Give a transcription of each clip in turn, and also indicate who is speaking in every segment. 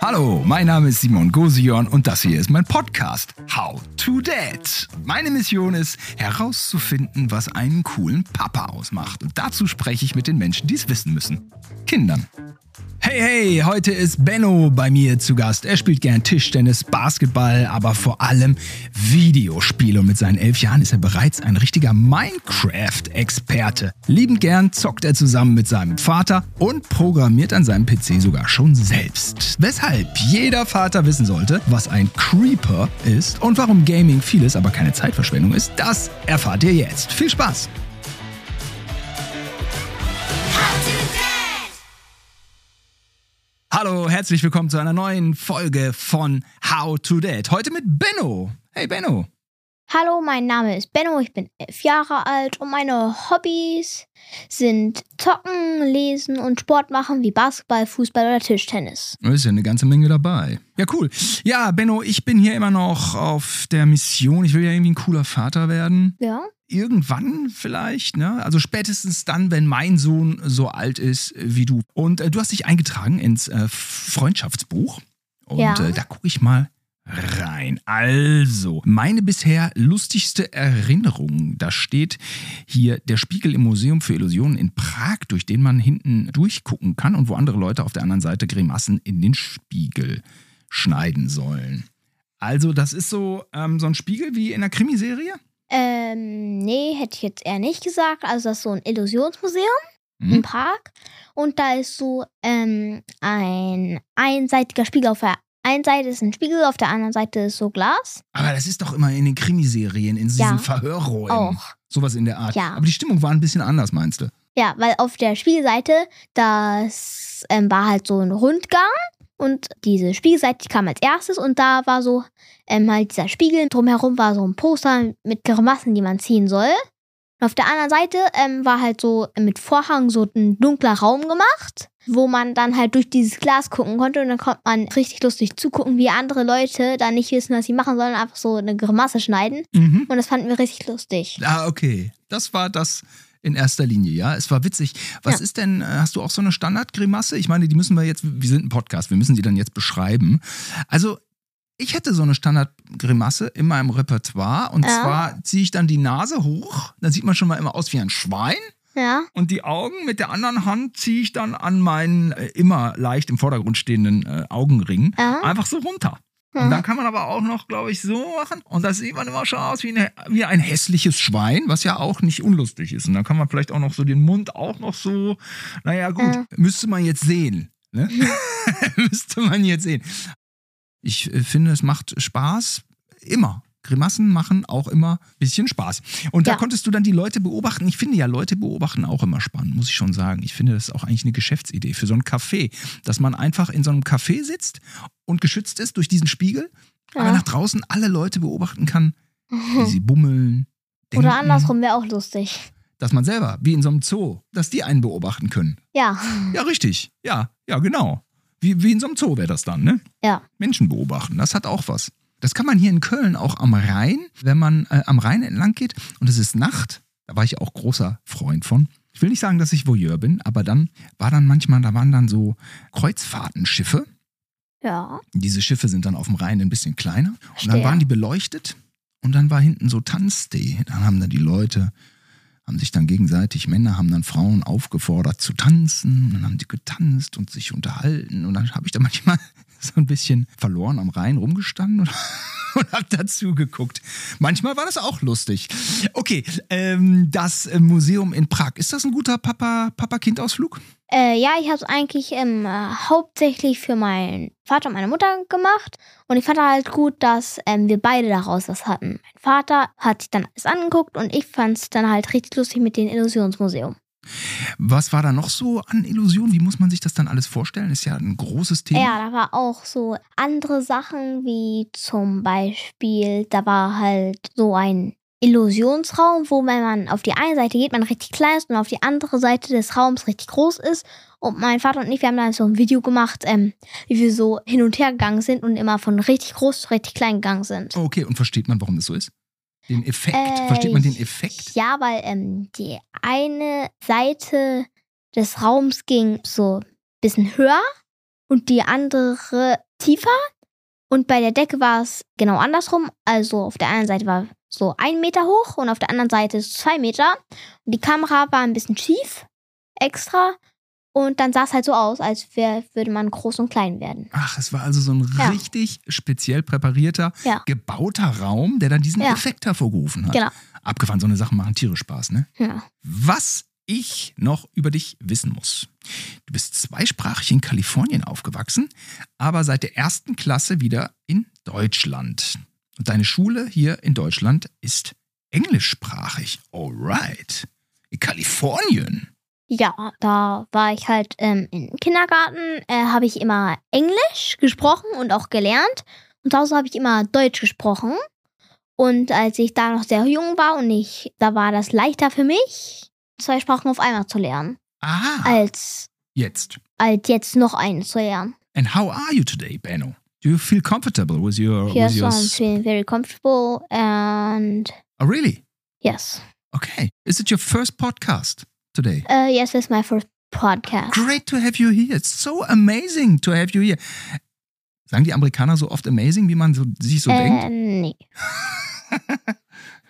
Speaker 1: Hallo, mein Name ist Simon Gosion und das hier ist mein Podcast How to Dad. Meine Mission ist herauszufinden, was einen coolen Papa ausmacht. Und dazu spreche ich mit den Menschen, die es wissen müssen. Kindern. Hey, hey, heute ist Benno bei mir zu Gast. Er spielt gern Tischtennis, Basketball, aber vor allem Videospiele. Und mit seinen elf Jahren ist er bereits ein richtiger Minecraft-Experte. Liebend gern zockt er zusammen mit seinem Vater und programmiert an seinem PC sogar schon selbst. Weshalb jeder Vater wissen sollte, was ein Creeper ist und warum Gaming vieles, aber keine Zeitverschwendung ist, das erfahrt ihr jetzt. Viel Spaß! Hallo, herzlich willkommen zu einer neuen Folge von How to Dad. Heute mit Benno. Hey Benno.
Speaker 2: Hallo, mein Name ist Benno, ich bin elf Jahre alt und meine Hobbys sind Zocken, Lesen und Sport machen wie Basketball, Fußball oder Tischtennis.
Speaker 1: Da Ist ja eine ganze Menge dabei. Ja, cool. Ja, Benno, ich bin hier immer noch auf der Mission. Ich will ja irgendwie ein cooler Vater werden.
Speaker 2: Ja?
Speaker 1: Irgendwann vielleicht, ne? Also spätestens dann, wenn mein Sohn so alt ist wie du. Und äh, du hast dich eingetragen ins äh, Freundschaftsbuch. Und
Speaker 2: Ja.
Speaker 1: äh, da gucke ich mal rein. Also, meine bisher lustigste Erinnerung, da steht hier der Spiegel im Museum für Illusionen in Prag, durch den man hinten durchgucken kann und wo andere Leute auf der anderen Seite Grimassen in den Spiegel schneiden sollen. Also, das ist so, ähm, so ein Spiegel wie in einer Krimiserie?
Speaker 2: Ähm, nee, hätte ich jetzt eher nicht gesagt. Also das ist so ein Illusionsmuseum,
Speaker 1: Hm?
Speaker 2: ein Park. Und da ist so ähm, ein einseitiger Spiegel. Auf der einen Seite ist ein Spiegel, auf der anderen Seite ist so Glas.
Speaker 1: Aber das ist doch immer in den Krimiserien, in diesen
Speaker 2: Ja.
Speaker 1: Verhörräumen.
Speaker 2: Auch.
Speaker 1: Sowas in der Art.
Speaker 2: Ja.
Speaker 1: Aber die Stimmung war ein bisschen anders, meinst du?
Speaker 2: Ja, weil auf der Spiegelseite, das ähm, war halt so ein Rundgang und diese Spiegelseite die kam als erstes und da war so ähm, halt dieser Spiegel. Drumherum war so ein Poster mit Grimassen, die man ziehen soll. Und auf der anderen Seite ähm, war halt so mit Vorhang so ein dunkler Raum gemacht, wo man dann halt durch dieses Glas gucken konnte und dann konnte man richtig lustig zugucken, wie andere Leute da nicht wissen, was sie machen sollen, einfach so eine Grimasse schneiden.
Speaker 1: Mhm.
Speaker 2: Und das fanden wir richtig lustig.
Speaker 1: Ah, okay. Das war das in erster Linie, ja. Es war witzig. Was
Speaker 2: Ja.
Speaker 1: ist denn, äh, hast du auch so eine Standardgrimasse? Ich meine, die müssen wir jetzt, wir sind ein Podcast, wir müssen die dann jetzt beschreiben. Also, ich hätte so eine Standardgrimasse in meinem Repertoire. Und
Speaker 2: Ja.
Speaker 1: zwar ziehe ich dann die Nase hoch, dann sieht man schon mal immer aus wie ein Schwein.
Speaker 2: Ja,
Speaker 1: Und die Augen mit der anderen Hand ziehe ich dann an meinen äh, immer leicht im Vordergrund stehenden äh, Augenring
Speaker 2: Aha.
Speaker 1: einfach so runter.
Speaker 2: Mhm.
Speaker 1: Und dann kann man aber auch noch, glaube ich, so machen. Und das sieht man immer schon aus wie, eine, wie ein hässliches Schwein, was ja auch nicht unlustig ist. Und dann kann man vielleicht auch noch so den Mund auch noch so, naja gut,
Speaker 2: Ja.
Speaker 1: müsste man jetzt sehen. Ne? müsste man jetzt sehen. Ich äh, finde, es macht Spaß, immer. Grimassen machen auch immer ein bisschen Spaß. Und da
Speaker 2: Ja.
Speaker 1: konntest du dann die Leute beobachten. Ich finde ja, Leute beobachten auch immer spannend, muss ich schon sagen. Ich finde, das ist auch eigentlich eine Geschäftsidee für so ein Café, dass man einfach in so einem Café sitzt und geschützt ist durch diesen Spiegel, aber
Speaker 2: Ja.
Speaker 1: nach draußen alle Leute beobachten kann, wie sie bummeln. Denken,
Speaker 2: Oder andersrum wäre auch lustig.
Speaker 1: Dass man selber, wie in so einem Zoo, dass die einen beobachten können.
Speaker 2: Ja,
Speaker 1: Ja, richtig. Ja, ja, genau. Wie, wie in so einem Zoo wäre das dann, ne?
Speaker 2: ja.
Speaker 1: Menschen beobachten. Das hat auch was. Das kann man hier in Köln auch am Rhein, wenn man äh, am Rhein entlang geht und es ist Nacht. Da war ich auch großer Freund von. Ich will nicht sagen, dass ich Voyeur bin, aber dann war dann manchmal, da waren dann so Kreuzfahrtenschiffe.
Speaker 2: Ja.
Speaker 1: Diese Schiffe sind dann auf dem Rhein ein bisschen kleiner. Und dann
Speaker 2: Verstehe.
Speaker 1: waren die beleuchtet und dann war hinten so Tanztee. Dann haben dann die Leute, haben sich dann gegenseitig, Männer haben dann Frauen aufgefordert zu tanzen. Und dann haben die getanzt und sich unterhalten. Und dann habe ich da manchmal so ein bisschen verloren am Rhein rumgestanden und, und habe dazu geguckt. Manchmal war das auch lustig. Okay, ähm, das äh, Museum in Prag, ist das ein guter Papa- Papa-Kind-Ausflug?
Speaker 2: Äh, ja, ich habe es eigentlich ähm, äh, hauptsächlich für meinen Vater und meine Mutter gemacht. Und ich fand halt gut, dass ähm, wir beide daraus was hatten. Mein Vater hat sich dann alles angeguckt und ich fand es dann halt richtig lustig mit dem Illusionsmuseum.
Speaker 1: Was war da noch so an Illusionen? Wie muss man sich das dann alles vorstellen? Ist ja ein großes Thema.
Speaker 2: Ja, da war auch so andere Sachen, wie zum Beispiel, da war halt so ein Illusionsraum, wo wenn man auf die eine Seite geht, man richtig klein ist und auf die andere Seite des Raums richtig groß ist. Und mein Vater und ich, wir haben dann so ein Video gemacht, ähm, wie wir so hin und her gegangen sind und immer von richtig groß zu richtig klein gegangen sind.
Speaker 1: Okay, und versteht man, warum das so ist? Den Effekt?
Speaker 2: Äh,
Speaker 1: versteht man den Effekt?
Speaker 2: Ja, weil ähm, die eine Seite des Raums ging so ein bisschen höher und die andere tiefer. Und bei der Decke war es genau andersrum. Also auf der einen Seite war so ein Meter hoch und auf der anderen Seite zwei Meter. Und die Kamera war ein bisschen schief extra. Und dann sah es halt so aus, als wär, würde man groß und klein werden.
Speaker 1: Ach, es war also so ein
Speaker 2: Ja.
Speaker 1: richtig speziell präparierter,
Speaker 2: Ja.
Speaker 1: gebauter Raum, der dann diesen
Speaker 2: Ja.
Speaker 1: Effekt hervorgerufen hat.
Speaker 2: Genau.
Speaker 1: Abgefahren, so eine Sachen machen tierisch Spaß, ne?
Speaker 2: Ja.
Speaker 1: Was ich noch über dich wissen muss. Du bist zweisprachig in Kalifornien aufgewachsen, aber seit der ersten Klasse wieder in Deutschland. Und deine Schule hier in Deutschland ist englischsprachig. Alright. In Kalifornien.
Speaker 2: Ja, da war ich halt ähm, im Kindergarten, äh, habe ich immer Englisch gesprochen und auch gelernt. Und zu Hause habe ich immer Deutsch gesprochen. Und als ich da noch sehr jung war und ich, da war das leichter für mich, zwei Sprachen auf einmal zu lernen,
Speaker 1: Ah,
Speaker 2: als,
Speaker 1: jetzt.
Speaker 2: als jetzt noch eine zu lernen.
Speaker 1: And how are you today, Benno? Do you feel comfortable with your... with
Speaker 2: Yes,
Speaker 1: your
Speaker 2: I'm feeling very comfortable and
Speaker 1: oh, really?
Speaker 2: yes.
Speaker 1: Okay. Is it your first podcast today?
Speaker 2: Uh, yes, it's my first podcast.
Speaker 1: Great to have you here. It's so amazing to have you here. Sagen die Amerikaner so oft amazing, wie man so, sich so denkt?
Speaker 2: äh, nee.
Speaker 1: Das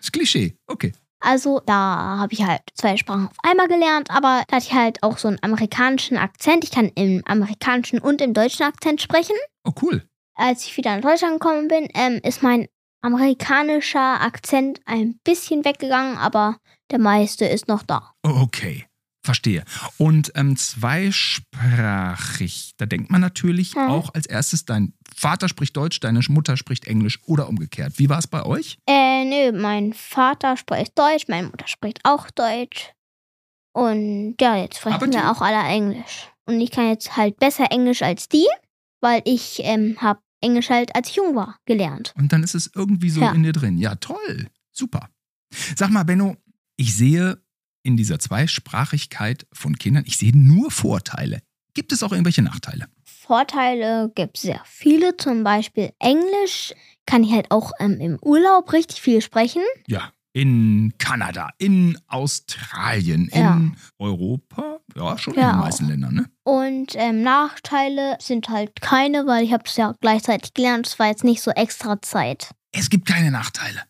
Speaker 1: ist Klischee. Okay.
Speaker 2: Also da habe ich halt zwei Sprachen auf einmal gelernt, aber da hatte ich halt auch so einen amerikanischen Akzent. Ich kann im amerikanischen und im deutschen Akzent sprechen.
Speaker 1: Oh, cool.
Speaker 2: Als ich wieder in Deutschland gekommen bin, ähm, ist mein amerikanischer Akzent ein bisschen weggegangen, aber der meiste ist noch da.
Speaker 1: Oh, Okay. Verstehe. Und ähm, zweisprachig, da denkt man natürlich
Speaker 2: Mhm.
Speaker 1: auch als erstes, dein Vater spricht Deutsch, deine Mutter spricht Englisch oder umgekehrt. Wie war es bei euch?
Speaker 2: Äh, nö, mein Vater spricht Deutsch, meine Mutter spricht auch Deutsch. Und ja, jetzt
Speaker 1: Aber
Speaker 2: sprechen
Speaker 1: die-
Speaker 2: wir auch alle Englisch. Und ich kann jetzt halt besser Englisch als die, weil ich ähm, habe Englisch halt als ich jung war gelernt.
Speaker 1: Und dann ist es irgendwie so
Speaker 2: Ja.
Speaker 1: in dir drin. Ja, toll. Super. Sag mal, Benno, ich sehe in dieser Zweisprachigkeit von Kindern, ich sehe nur Vorteile. Gibt es auch irgendwelche Nachteile?
Speaker 2: Vorteile gibt es sehr viele. Zum Beispiel Englisch kann ich halt auch ähm, im Urlaub richtig viel sprechen.
Speaker 1: Ja. In Kanada, in Australien, in
Speaker 2: Ja.
Speaker 1: Europa, ja, schon
Speaker 2: Ja,
Speaker 1: in den meisten Ländern, ne?
Speaker 2: Und ähm, Nachteile sind halt keine, weil ich habe es ja gleichzeitig gelernt. Es war jetzt nicht so extra Zeit.
Speaker 1: Es gibt keine Nachteile.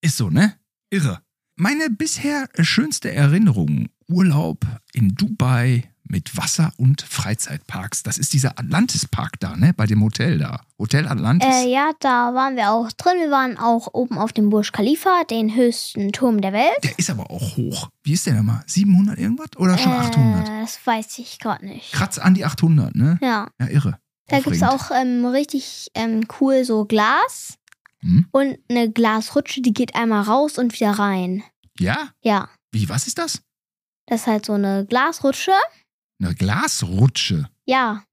Speaker 1: Ist so, ne? Irre. Meine bisher schönste Erinnerung: Urlaub in Dubai mit Wasser und Freizeitparks. Das ist dieser Atlantis-Park da, ne? Bei dem Hotel da. Hotel Atlantis.
Speaker 2: Äh, ja, da waren wir auch drin. Wir waren auch oben auf dem Burj Khalifa, den höchsten Turm der Welt.
Speaker 1: Der ist aber auch hoch. Wie ist der denn mal? 700 irgendwas oder schon 800?
Speaker 2: Äh, das weiß ich gerade nicht.
Speaker 1: Kratz an die 800, ne?
Speaker 2: Ja,
Speaker 1: Ja, irre.
Speaker 2: da gibt es
Speaker 1: Aufregend.
Speaker 2: auch ähm, richtig ähm, cool so Glas
Speaker 1: Hm?
Speaker 2: und eine Glasrutsche, die geht einmal raus und wieder rein.
Speaker 1: Ja?
Speaker 2: Ja.
Speaker 1: Wie, was ist das?
Speaker 2: Das ist halt so eine Glasrutsche.
Speaker 1: Eine Glasrutsche.
Speaker 2: Ja.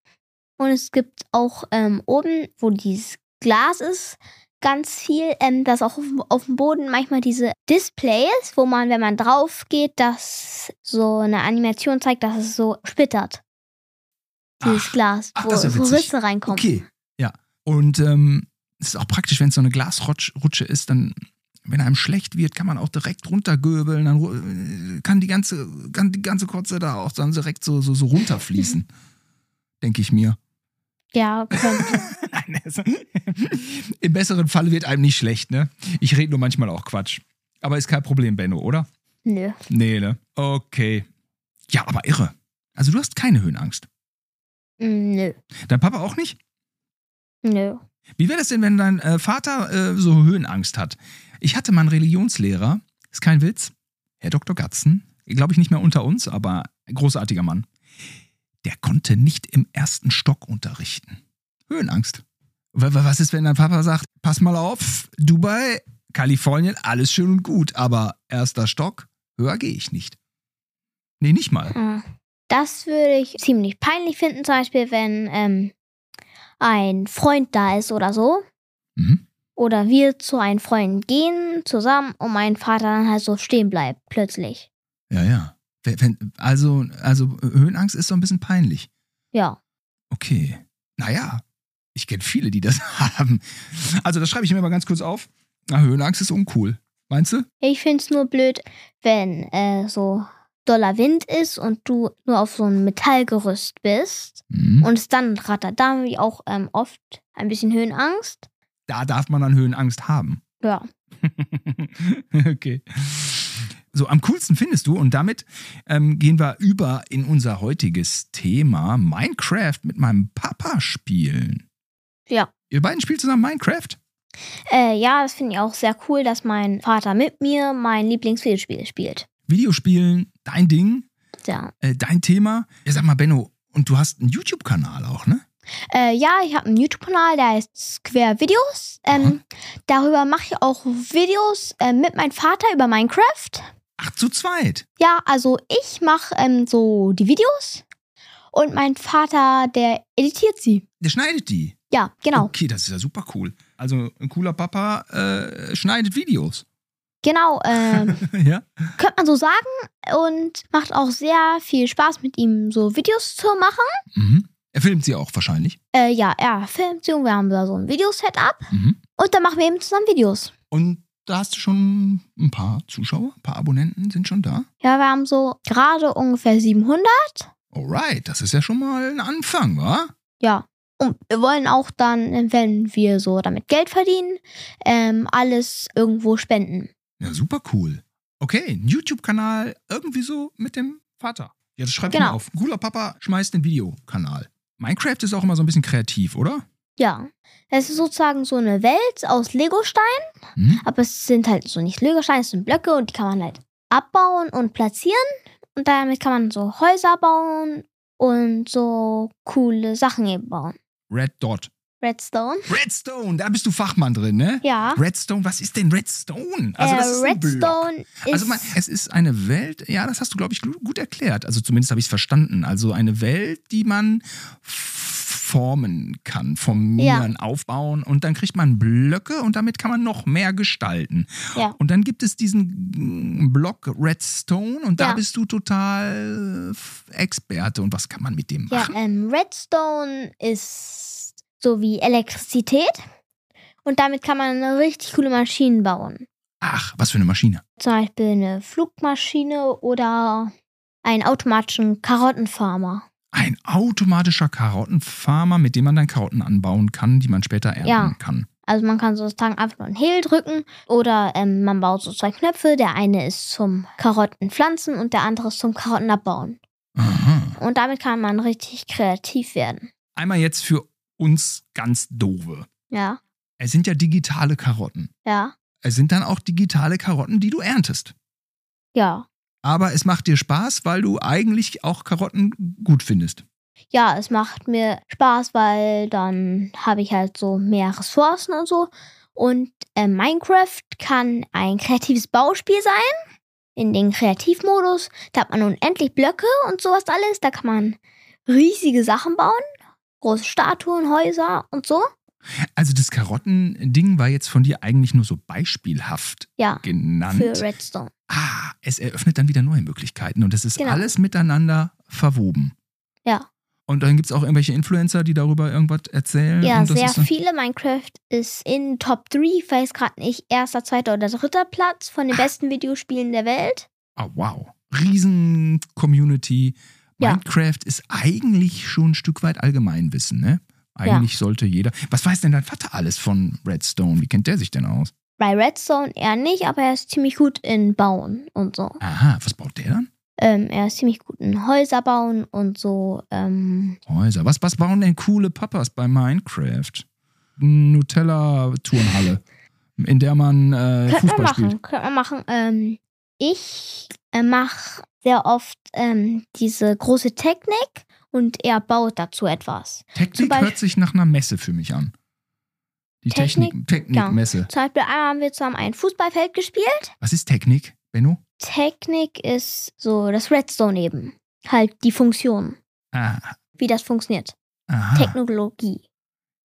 Speaker 2: Und es gibt auch ähm, oben, wo dieses Glas ist, ganz viel, ähm, dass auch auf, dem- auf dem Boden manchmal diese Displays, wo man, wenn man drauf geht, das so eine Animation zeigt, dass es so splittert. Dieses
Speaker 1: Ach,
Speaker 2: Glas,
Speaker 1: ach,
Speaker 2: wo
Speaker 1: das ist ja
Speaker 2: so
Speaker 1: witzig.
Speaker 2: Risse reinkommen.
Speaker 1: Okay, ja. Und ähm, es ist auch praktisch, wenn es so eine Glasrutsche ist, dann, wenn einem schlecht wird, kann man auch direkt runtergöbeln, dann ru- äh, kann die ganze, kann die ganze Kotze da auch dann direkt so, so, so runterfließen. Denke ich mir.
Speaker 2: Ja, könnte.
Speaker 1: Nein, also, Im besseren Falle wird einem nicht schlecht, ne? Ich rede nur manchmal auch Quatsch. Aber ist kein Problem, Benno, oder?
Speaker 2: Nö.
Speaker 1: Nee, ne? Okay. Ja, aber irre. Also du hast keine Höhenangst.
Speaker 2: Mm, Nö.
Speaker 1: Dein Papa auch nicht?
Speaker 2: Nö.
Speaker 1: Wie wäre das denn, wenn dein äh, Vater äh, so Höhenangst hat? Ich hatte mal einen Religionslehrer, ist kein Witz, Herr Dr. Gatzen, glaube ich nicht mehr unter uns, aber ein großartiger Mann. Der konnte nicht im ersten Stock unterrichten. Höhenangst. Wa- wa- Was ist, wenn dein Papa sagt, pass mal auf, Dubai, Kalifornien, alles schön und gut, aber erster Stock, höher gehe ich nicht. Nee, nicht mal.
Speaker 2: Ah. Das würde ich ziemlich peinlich finden, zum Beispiel, wenn ähm, ein Freund da ist oder so.
Speaker 1: Mhm.
Speaker 2: Oder wir zu einem Freund gehen zusammen und mein Vater dann halt so stehen bleibt, plötzlich.
Speaker 1: Ja, ja. Wenn- wenn- Also, also Höhenangst ist so ein bisschen peinlich.
Speaker 2: Ja.
Speaker 1: Okay. Naja, ich kenne viele, die das haben. Also, das schreibe ich mir mal ganz kurz auf. Na, Höhenangst ist uncool. Meinst du?
Speaker 2: Ich find's nur blöd, wenn äh, so doller Wind ist und du nur auf so einem Metallgerüst bist
Speaker 1: Mhm.
Speaker 2: und es dann rattert, da habe ich auch ähm, oft ein bisschen Höhenangst.
Speaker 1: Da darf man dann Höhenangst haben.
Speaker 2: Ja.
Speaker 1: okay. So, am coolsten findest du, und damit ähm, gehen wir über in unser heutiges Thema: Minecraft mit meinem Papa spielen.
Speaker 2: Ja.
Speaker 1: Ihr beiden spielt zusammen Minecraft?
Speaker 2: Äh, ja, das finde ich auch sehr cool, dass mein Vater mit mir mein Lieblingsvideospiel spielt.
Speaker 1: Videospielen, dein Ding,
Speaker 2: Ja,
Speaker 1: äh, dein Thema. Ja, sag mal, Benno, und du hast einen YouTube-Kanal auch, ne?
Speaker 2: äh, ja ich habe einen YouTube-Kanal, der heißt Square Videos. Ähm, darüber mache ich auch Videos äh, mit meinem Vater über Minecraft.
Speaker 1: Ach, zu zweit.
Speaker 2: Ja, also ich mache ähm, so die Videos und mein Vater, der editiert sie.
Speaker 1: Der schneidet die.
Speaker 2: Ja, genau.
Speaker 1: Okay, das ist ja super cool. Also, ein cooler Papa äh, schneidet Videos.
Speaker 2: Genau, ähm,
Speaker 1: ja?
Speaker 2: könnte man so sagen. Und macht auch sehr viel Spaß mit ihm, so Videos zu machen.
Speaker 1: Mhm. Er filmt sie auch wahrscheinlich.
Speaker 2: Äh, ja, er filmt sie und wir haben da so ein Videosetup.
Speaker 1: Mhm.
Speaker 2: Und dann machen wir eben zusammen Videos.
Speaker 1: Und da hast du schon ein paar Zuschauer, ein paar Abonnenten sind schon da.
Speaker 2: Ja, wir haben so gerade ungefähr 700.
Speaker 1: Alright, das ist ja schon mal ein Anfang, wa?
Speaker 2: Ja. Und wir wollen auch dann, wenn wir so damit Geld verdienen, ähm, alles irgendwo spenden.
Speaker 1: Ja, super cool. Okay, ein YouTube-Kanal, irgendwie so mit dem Vater. Ja, das schreibt
Speaker 2: Genau.
Speaker 1: mir auf. Cooler Papa schmeißt den Videokanal. Minecraft ist auch immer so ein bisschen kreativ, oder?
Speaker 2: Ja. Es ist sozusagen so eine Welt aus Legosteinen,
Speaker 1: Hm?
Speaker 2: aber es sind halt so nicht Legosteine, es sind Blöcke und die kann man halt abbauen und platzieren. Und damit kann man so Häuser bauen und so coole Sachen eben bauen.
Speaker 1: Red Dot.
Speaker 2: Redstone.
Speaker 1: Redstone, da bist du Fachmann drin, ne?
Speaker 2: Ja.
Speaker 1: Redstone, was ist denn Redstone?
Speaker 2: äh,
Speaker 1: Also das ist ein Block.
Speaker 2: Redstone ist.
Speaker 1: Also man, es ist eine Welt, ja, das hast du, glaube ich, glu- gut erklärt. Also zumindest habe ich es verstanden. Also eine Welt, die man f- formen kann, formieren, aufbauen und dann kriegt man Blöcke und damit kann man noch mehr gestalten.
Speaker 2: Ja.
Speaker 1: Und dann gibt es diesen mm, Block Redstone und da
Speaker 2: Ja.
Speaker 1: bist du total f- Experte. Und was kann man mit dem
Speaker 2: Ja,
Speaker 1: machen?
Speaker 2: ähm, Redstone ist so wie Elektrizität und damit kann man richtig coole Maschinen bauen.
Speaker 1: Ach, was für eine Maschine.
Speaker 2: Zum Beispiel eine Flugmaschine oder einen automatischen Karottenfarmer.
Speaker 1: Ein automatischer Karottenfarmer, mit dem man dann Karotten anbauen kann, die man später ernten
Speaker 2: Ja.
Speaker 1: kann.
Speaker 2: Also man kann sozusagen einfach nur einen Hehl drücken oder ähm, man baut so zwei Knöpfe. Der eine ist zum Karottenpflanzen und der andere ist zum Karottenabbauen.
Speaker 1: Aha.
Speaker 2: Und damit kann man richtig kreativ werden.
Speaker 1: Einmal jetzt für uns ganz doofe.
Speaker 2: Ja,
Speaker 1: Es sind ja digitale Karotten.
Speaker 2: ja,
Speaker 1: Es sind dann auch digitale Karotten, die du erntest.
Speaker 2: ja.
Speaker 1: Aber es macht dir Spaß, weil du eigentlich auch Karotten gut findest.
Speaker 2: ja, es macht mir Spaß, weil dann habe ich halt so mehr Ressourcen und so. Und äh, Minecraft kann ein kreatives Bauspiel sein. In den Kreativmodus, da hat man unendlich Blöcke und sowas alles. Da kann man riesige Sachen bauen. Große Statuen, Häuser und so.
Speaker 1: Also das Karottending war jetzt von dir eigentlich nur so beispielhaft
Speaker 2: Ja, für
Speaker 1: genannt.
Speaker 2: Redstone.
Speaker 1: Ah, es eröffnet dann wieder neue Möglichkeiten und das ist
Speaker 2: Genau.
Speaker 1: alles miteinander verwoben.
Speaker 2: Ja.
Speaker 1: Und dann gibt es auch irgendwelche Influencer, die darüber irgendwas erzählen.
Speaker 2: Ja,
Speaker 1: und das
Speaker 2: sehr
Speaker 1: ist dann-
Speaker 2: viele. Minecraft ist in Top 3, ich weiß gerade nicht, erster, zweiter oder dritter Platz von den besten Videospielen der Welt.
Speaker 1: Ah, wow. Riesen-Community.
Speaker 2: Ja.
Speaker 1: Minecraft ist eigentlich schon ein Stück weit Allgemeinwissen, ne? Eigentlich sollte jeder. Was weiß denn dein Vater alles von Redstone? Wie kennt der sich denn aus?
Speaker 2: Bei Redstone eher nicht, aber er ist ziemlich gut in Bauen und so.
Speaker 1: Aha, was baut der dann?
Speaker 2: Ähm, er ist ziemlich gut in Häuser bauen und so. Ähm,
Speaker 1: Häuser. Was, was bauen denn coole Papas bei Minecraft? Nutella-Turnhalle, in der man äh,
Speaker 2: könnte man
Speaker 1: Fußball spielt.
Speaker 2: machen, könnte man machen. Ähm, ich äh, mache sehr oft ähm, diese große Technik und er baut dazu etwas. Zum
Speaker 1: Technik
Speaker 2: Beispiel-
Speaker 1: hört sich nach einer Messe für mich an. Die
Speaker 2: Technik?
Speaker 1: Technik, Technikmesse.
Speaker 2: Zum Beispiel einmal haben wir zusammen ein Fußballfeld gespielt.
Speaker 1: Was ist Technik, Benno?
Speaker 2: Technik ist so das Redstone eben. Halt die Funktion,
Speaker 1: Ah,
Speaker 2: wie das funktioniert.
Speaker 1: aha.
Speaker 2: Technologie,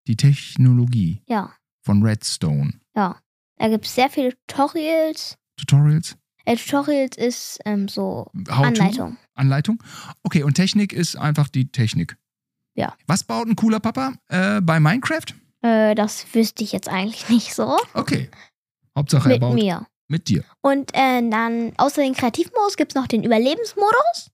Speaker 1: die Technologie.
Speaker 2: ja.
Speaker 1: von Redstone.
Speaker 2: Da gibt es sehr viele Tutorials.
Speaker 1: Tutorials?
Speaker 2: Äh, Tutorials ist ähm, so
Speaker 1: How
Speaker 2: Anleitung.
Speaker 1: To? Anleitung. Okay, und Technik ist einfach die Technik.
Speaker 2: Ja.
Speaker 1: Was baut ein cooler Papa äh, bei Minecraft?
Speaker 2: Äh, das wüsste ich jetzt eigentlich nicht so.
Speaker 1: Okay. Hauptsache er
Speaker 2: Mit
Speaker 1: baut.
Speaker 2: mir.
Speaker 1: Mit dir.
Speaker 2: Und äh, dann außer den Kreativmodus gibt es noch den Überlebensmodus.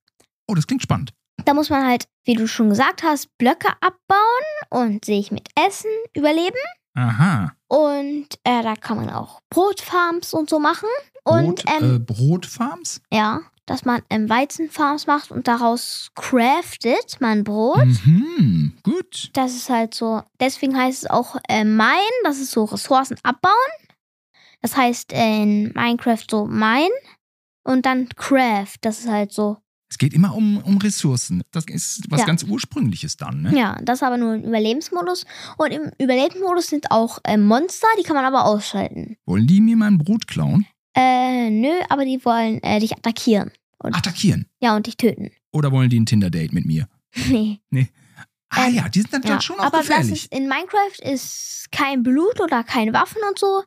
Speaker 1: Oh, das klingt spannend.
Speaker 2: Da muss man halt, wie du schon gesagt hast, Blöcke abbauen und sich mit Essen überleben.
Speaker 1: Aha.
Speaker 2: Und äh, da kann man auch Brotfarms und so machen. Und
Speaker 1: Brot,
Speaker 2: ähm,
Speaker 1: äh, Brotfarms?
Speaker 2: ja, dass man ähm, Weizenfarms macht und daraus craftet man Brot.
Speaker 1: Mhm, gut.
Speaker 2: Das ist halt so, deswegen heißt es auch äh, Mine, das ist so Ressourcen abbauen. Das heißt in Minecraft so Mine und dann Craft, das ist halt so.
Speaker 1: Es geht immer um, um Ressourcen. Das ist was
Speaker 2: Ja.
Speaker 1: ganz Ursprüngliches dann, ne?
Speaker 2: Ja, das ist aber nur im Überlebensmodus. Und im Überlebensmodus sind auch äh, Monster, die kann man aber ausschalten.
Speaker 1: Wollen die mir mein Brot klauen?
Speaker 2: Äh, nö, aber die wollen äh, dich attackieren. Und,
Speaker 1: Attackieren.
Speaker 2: ja, und dich töten.
Speaker 1: Oder wollen die ein Tinder-Date mit mir?
Speaker 2: nee.
Speaker 1: Ah
Speaker 2: Ähm,
Speaker 1: ja, die sind dann
Speaker 2: Ja,
Speaker 1: schon auch
Speaker 2: aber das
Speaker 1: gefährlich.
Speaker 2: ist, in Minecraft ist kein Blut oder keine Waffen und so.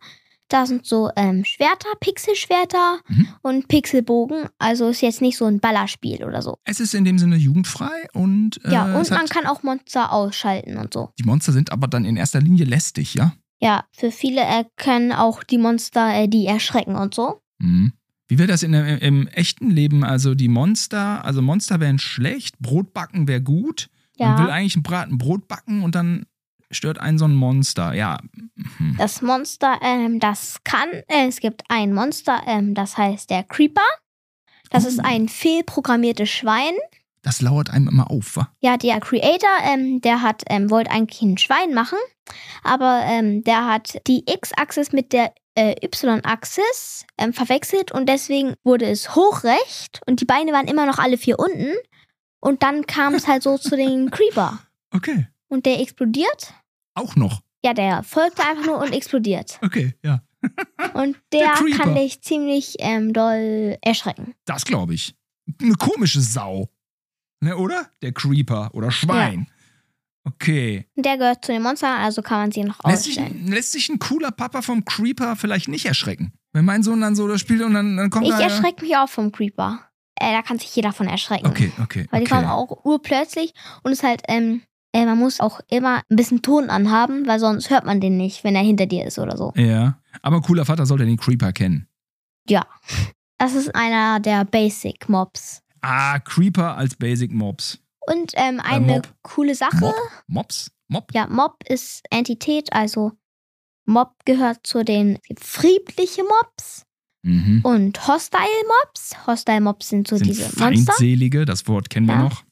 Speaker 2: Da sind so ähm, Schwerter, Pixelschwerter
Speaker 1: Mhm.
Speaker 2: und Pixelbogen. Also ist jetzt nicht so ein Ballerspiel oder so.
Speaker 1: es ist in dem Sinne jugendfrei und, äh,
Speaker 2: ja, und
Speaker 1: es hat-
Speaker 2: man kann auch Monster ausschalten und so.
Speaker 1: die Monster sind aber dann in erster Linie lästig, ja?
Speaker 2: Ja, für viele äh, können auch die Monster äh, die erschrecken und so.
Speaker 1: Mhm. Wie wäre das in, im, im echten Leben? Also die Monster, also Monster wären schlecht, Brotbacken wäre gut. Man will
Speaker 2: Ja,
Speaker 1: eigentlich ein Bratenbrot backen und dann stört einen so ein Monster. Ja. Mhm.
Speaker 2: das Monster, ähm, das kann, äh, es gibt ein Monster, ähm, das heißt der Creeper. Das
Speaker 1: Oh.
Speaker 2: ist ein fehlprogrammiertes Schwein.
Speaker 1: Das lauert einem immer auf, wa?
Speaker 2: Ja, der Creator, ähm, der hat, ähm, wollte eigentlich ein Schwein machen, aber ähm, der hat die X-Achse mit der äh, Y-Achse ähm, verwechselt und deswegen wurde es hochrecht und die Beine waren immer noch alle vier unten. Und dann kam es halt so zu den Creeper.
Speaker 1: Okay.
Speaker 2: Und der explodiert.
Speaker 1: Auch noch.
Speaker 2: Ja, der folgte einfach nur und explodiert.
Speaker 1: Okay, ja.
Speaker 2: Und
Speaker 1: Der
Speaker 2: der,
Speaker 1: Creeper.
Speaker 2: kann dich ziemlich ähm, doll erschrecken.
Speaker 1: Das glaube ich. Eine komische Sau. Ne, oder? Der Creeper oder Schwein. Okay.
Speaker 2: Und der gehört zu den Monstern, also kann man sie noch
Speaker 1: Lässt sich,
Speaker 2: ausstellen.
Speaker 1: lässt sich ein cooler Papa vom Creeper vielleicht nicht erschrecken. Wenn mein Sohn dann so das spielt und dann, dann kommt
Speaker 2: Ich
Speaker 1: da.
Speaker 2: erschrecke mich auch vom Creeper. Äh, da kann sich jeder von erschrecken.
Speaker 1: Okay, okay.
Speaker 2: Weil die kommen
Speaker 1: okay.
Speaker 2: auch urplötzlich und es ist halt, ähm, äh, man muss auch immer ein bisschen Ton anhaben, weil sonst hört man den nicht, wenn er hinter dir ist oder so.
Speaker 1: Ja. Aber ein cooler Vater sollte den Creeper kennen.
Speaker 2: Das ist einer der Basic Mobs.
Speaker 1: Ah, Creeper als Basic Mobs.
Speaker 2: Und ähm, eine
Speaker 1: Mob.
Speaker 2: coole Sache,
Speaker 1: Mob. Mobs? Mob?
Speaker 2: ja, Mob ist Entität, also Mob gehört zu den es gibt friedliche Mobs
Speaker 1: Mhm.
Speaker 2: und Hostile Mobs. Hostile Mobs sind so
Speaker 1: sind
Speaker 2: diese Monster.
Speaker 1: feindselige, das Wort kennen wir
Speaker 2: Ja.
Speaker 1: noch.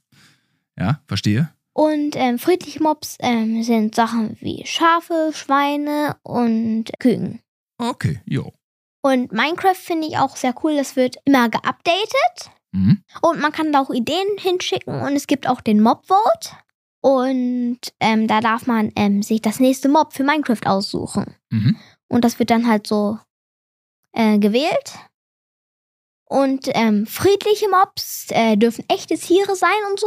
Speaker 1: Ja, verstehe.
Speaker 2: Und ähm, friedliche Mobs ähm, sind Sachen wie Schafe, Schweine und Küken.
Speaker 1: Okay, jo.
Speaker 2: Und Minecraft finde ich auch sehr cool. Das wird immer geupdatet.
Speaker 1: Mhm.
Speaker 2: Und man kann da auch Ideen hinschicken. Und es gibt auch den Mob-Vote. Und ähm, da darf man ähm, sich das nächste Mob für Minecraft aussuchen.
Speaker 1: Mhm.
Speaker 2: Und das wird dann halt so äh, gewählt. Und ähm, friedliche Mobs äh, dürfen echte Tiere sein und so.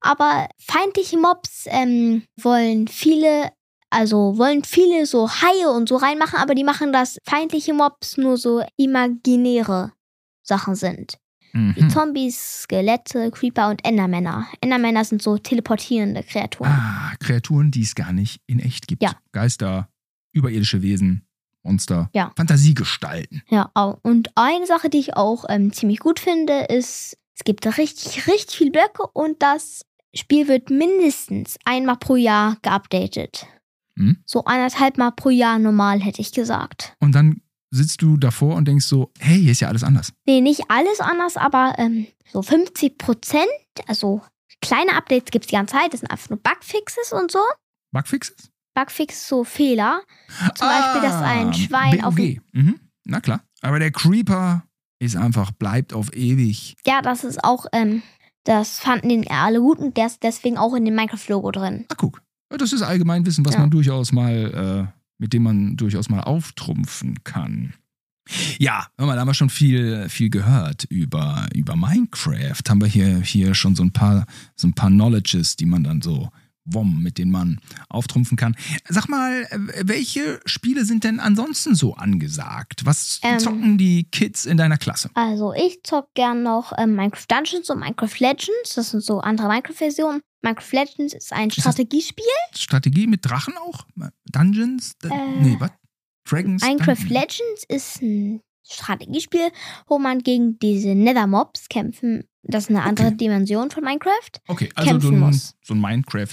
Speaker 2: Aber feindliche Mobs ähm, wollen viele, also wollen viele so Haie und so reinmachen, aber die machen, dass feindliche Mobs nur so imaginäre Sachen sind. Wie
Speaker 1: Mhm.
Speaker 2: Zombies, Skelette, Creeper und Endermänner. Endermänner sind so teleportierende Kreaturen.
Speaker 1: Ah, Kreaturen, die es gar nicht in echt gibt.
Speaker 2: Ja.
Speaker 1: Geister, überirdische Wesen, Monster,
Speaker 2: Ja.
Speaker 1: Fantasiegestalten.
Speaker 2: Ja, au- und eine Sache, die ich auch ähm, ziemlich gut finde, ist, es gibt richtig, richtig viele Blöcke und das Spiel wird mindestens einmal pro Jahr geupdatet.
Speaker 1: Mhm.
Speaker 2: So anderthalb Mal pro Jahr normal, hätte ich gesagt.
Speaker 1: Und dann sitzt du davor und denkst so, hey, hier ist ja alles anders.
Speaker 2: Nee, nicht alles anders, aber ähm, so 50 Prozent, also kleine Updates gibt es die ganze Zeit, das sind einfach nur Bugfixes und so.
Speaker 1: Bugfixes?
Speaker 2: Bugfixes, so Fehler. Zum Beispiel, dass
Speaker 1: Ah,
Speaker 2: ein Schwein
Speaker 1: BUG.
Speaker 2: auf
Speaker 1: dem... Mhm. Na klar. Aber der Creeper ist einfach, bleibt auf ewig.
Speaker 2: Ja, das ist auch, ähm, das fanden den alle gut und der ist deswegen auch in dem Minecraft-Logo drin.
Speaker 1: Ah, guck. Ja, Das ist Allgemeinwissen, was
Speaker 2: Ja.
Speaker 1: man durchaus mal, äh, mit dem man durchaus mal auftrumpfen kann. Ja, hör mal, da haben wir schon viel, viel gehört über, über Minecraft. Haben wir hier, hier schon so ein paar, so ein paar Knowledges, die man dann so wom, mit denen man auftrumpfen kann. Sag mal, äh, welche Spiele sind denn ansonsten so angesagt? Was
Speaker 2: Ähm.
Speaker 1: zocken die Kids in deiner Klasse?
Speaker 2: Also ich zock gern noch ähm, Minecraft Dungeons und Minecraft Legends. Das sind so andere Minecraft-Versionen. Minecraft Legends ist ein
Speaker 1: das-
Speaker 2: Strategiespiel.
Speaker 1: Strategie mit Drachen auch? Dungeons? D
Speaker 2: Äh,
Speaker 1: nee, was? Dragons?
Speaker 2: Minecraft
Speaker 1: Dungeons?
Speaker 2: Legends ist ein Strategiespiel, wo man gegen diese Nether-Mobs kämpfen. Das ist eine andere
Speaker 1: Okay.
Speaker 2: Dimension von Minecraft.
Speaker 1: Okay, also so
Speaker 2: kämpfen
Speaker 1: ein,
Speaker 2: muss.
Speaker 1: so ein